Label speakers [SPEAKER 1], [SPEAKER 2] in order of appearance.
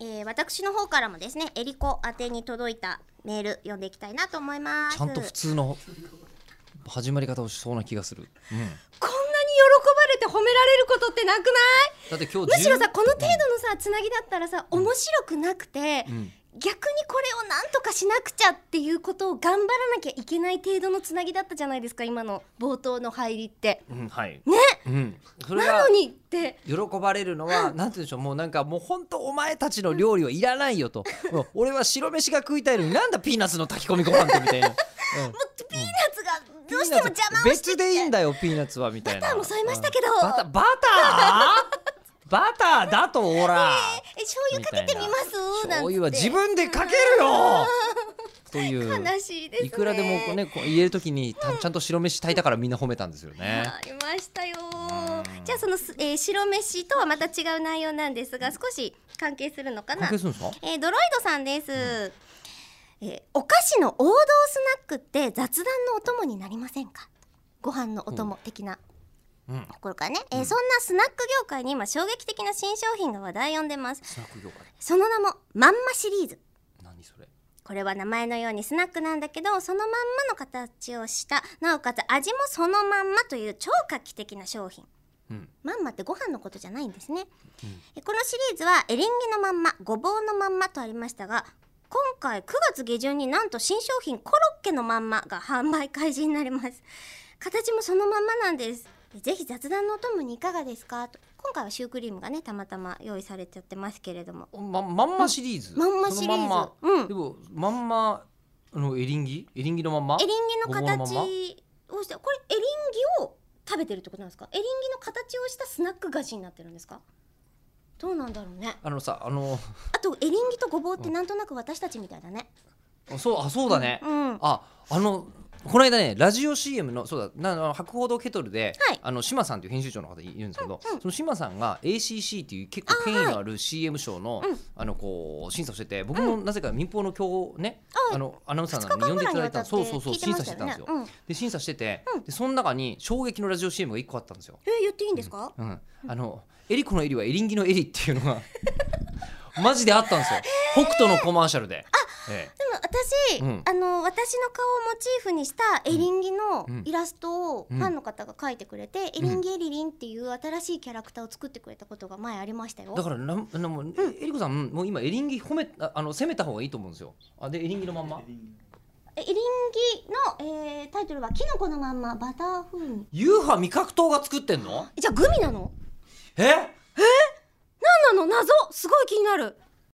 [SPEAKER 1] えー私の方からもですねえりこ宛てに届いたメール読んでいきたいなと思います
[SPEAKER 2] ちゃんと普通の始まり方をしそうな気がする、うん、
[SPEAKER 1] こんなに喜ばれて褒められることってなくない
[SPEAKER 2] だって今日
[SPEAKER 1] むしろ
[SPEAKER 2] 10
[SPEAKER 1] さこの程度のさつなぎだったらさ面白くなくて、
[SPEAKER 2] うん
[SPEAKER 1] 逆にこれをなんとかしなくちゃっていうことを頑張らなきゃいけない程度のつなぎだったじゃないですか今の冒頭の入りって。
[SPEAKER 2] うん、はい、
[SPEAKER 1] ね
[SPEAKER 2] うん、それ
[SPEAKER 1] な
[SPEAKER 2] が
[SPEAKER 1] のにって
[SPEAKER 2] 喜ばれるのはなんて言うんでしょうもうなんかもう本当お前たちの料理はいらないよともう俺は白飯が食いたいのになんだピーナッツの炊き込みご飯ってみたいな、うん
[SPEAKER 1] ピーナッツがどうしても
[SPEAKER 2] ピーナッ
[SPEAKER 1] 邪
[SPEAKER 2] ツ
[SPEAKER 1] 魔をして
[SPEAKER 2] 別でいいんだよピーナッツはみたいな
[SPEAKER 1] バターも添えましたけど
[SPEAKER 2] うんバタバターバターだとオラ
[SPEAKER 1] え醤油かけてみますなんて
[SPEAKER 2] 醤油は自分でかけるよという
[SPEAKER 1] 悲しいですね
[SPEAKER 2] いくらでもこうねこう言えるときにたちゃんと白飯炊いたからみんな褒めたんですよね
[SPEAKER 1] ありましたよじゃあそのす、えー白飯とはまた違う内容なんですが少し関係するのかな
[SPEAKER 2] 関係するんですか
[SPEAKER 1] えードロイドさんです、えーお菓子の王道スナックって雑談のお供になりませんかご飯のお供的な、
[SPEAKER 2] うん
[SPEAKER 1] ところからね、えーそんなスナック業界に今衝撃的な新商品が話題を呼んでます
[SPEAKER 2] スナック業界
[SPEAKER 1] その名もまんまシリーズ
[SPEAKER 2] 何それ
[SPEAKER 1] これは名前のようにスナックなんだけどそのまんまの形をしたなおかつ味もそのまんまという超画期的な商品
[SPEAKER 2] うん
[SPEAKER 1] まんまってご飯のことじゃないんですね、えこのシリーズはエリンギのまんまごぼうのまんまとありましたが今回9月下旬になんと新商品コロッケのまんまが販売開始になります形もそのまんまなんですえぜひ雑談のお供にいかがですかと今回はシュークリームがねたまたま用意されちゃってますけれども
[SPEAKER 2] ままんまシリーズ、
[SPEAKER 1] うんまんまシリーズ
[SPEAKER 2] そのまんま
[SPEAKER 1] うん
[SPEAKER 2] でもまんまあのエリンギエリンギのまんま
[SPEAKER 1] エリンギの
[SPEAKER 2] ごぼうのまんま
[SPEAKER 1] 形をしたこれエリンギを食べてるってことなんですかエリンギの形をしたスナック菓子になってるんですかどうなんだろうね
[SPEAKER 2] あのさあの
[SPEAKER 1] あとエリンギとごぼうってなんとなく私たちみたいだね
[SPEAKER 2] そうあそうだね、
[SPEAKER 1] うん
[SPEAKER 2] ああのこの間ねラジオ CM のそうだなあの博報堂ケトルで、
[SPEAKER 1] はい
[SPEAKER 2] あの島さんという編集長の方いいるんですけど、
[SPEAKER 1] うんうん
[SPEAKER 2] その島さんが ACC っていう結構権威のある CM 賞の
[SPEAKER 1] うん
[SPEAKER 2] あのこう審査をしてて僕もなぜか民放の今日ね、
[SPEAKER 1] あ
[SPEAKER 2] あのアナウンサー
[SPEAKER 1] 2
[SPEAKER 2] な
[SPEAKER 1] 日
[SPEAKER 2] んで
[SPEAKER 1] 間ぐ
[SPEAKER 2] 呼んでい
[SPEAKER 1] らい
[SPEAKER 2] た
[SPEAKER 1] に
[SPEAKER 2] だ
[SPEAKER 1] わ
[SPEAKER 2] い
[SPEAKER 1] た
[SPEAKER 2] た
[SPEAKER 1] って
[SPEAKER 2] のそうそ
[SPEAKER 1] 聞
[SPEAKER 2] うそ
[SPEAKER 1] い
[SPEAKER 2] う
[SPEAKER 1] て
[SPEAKER 2] 審
[SPEAKER 1] ま
[SPEAKER 2] 査
[SPEAKER 1] し
[SPEAKER 2] したて
[SPEAKER 1] よ
[SPEAKER 2] たんで
[SPEAKER 1] ね
[SPEAKER 2] すよ、
[SPEAKER 1] うん
[SPEAKER 2] で審査してて、
[SPEAKER 1] うん
[SPEAKER 2] でその中に衝撃のラジオ CM が1個あったんですよ。
[SPEAKER 1] え言っていいんですか
[SPEAKER 2] うん、あのエリコのエリはエリンギのエリっていうのが マジであったんですよ北斗のコマーシャルで。え
[SPEAKER 1] でも私、
[SPEAKER 2] うん
[SPEAKER 1] あの私の顔をモチーフにしたエリンギの
[SPEAKER 2] うん
[SPEAKER 1] イラストをフ
[SPEAKER 2] うん
[SPEAKER 1] ァンの方が描いてくれて、エリンギエリリンっていう新しいキャラクターを作ってくれたことが前ありましたよ
[SPEAKER 2] えだからなんなんもうえりこさんもう今エリンギ褒めああの攻めた方がいいと思うんですよ。あでエリンギのまんま
[SPEAKER 1] えエリンギの、えータイトルは「キノコのまんまバター風味
[SPEAKER 2] ユーハ味覚糖が作ってんの？」
[SPEAKER 1] えじゃあグミなの
[SPEAKER 2] え？
[SPEAKER 1] 何なの謎すごい気になる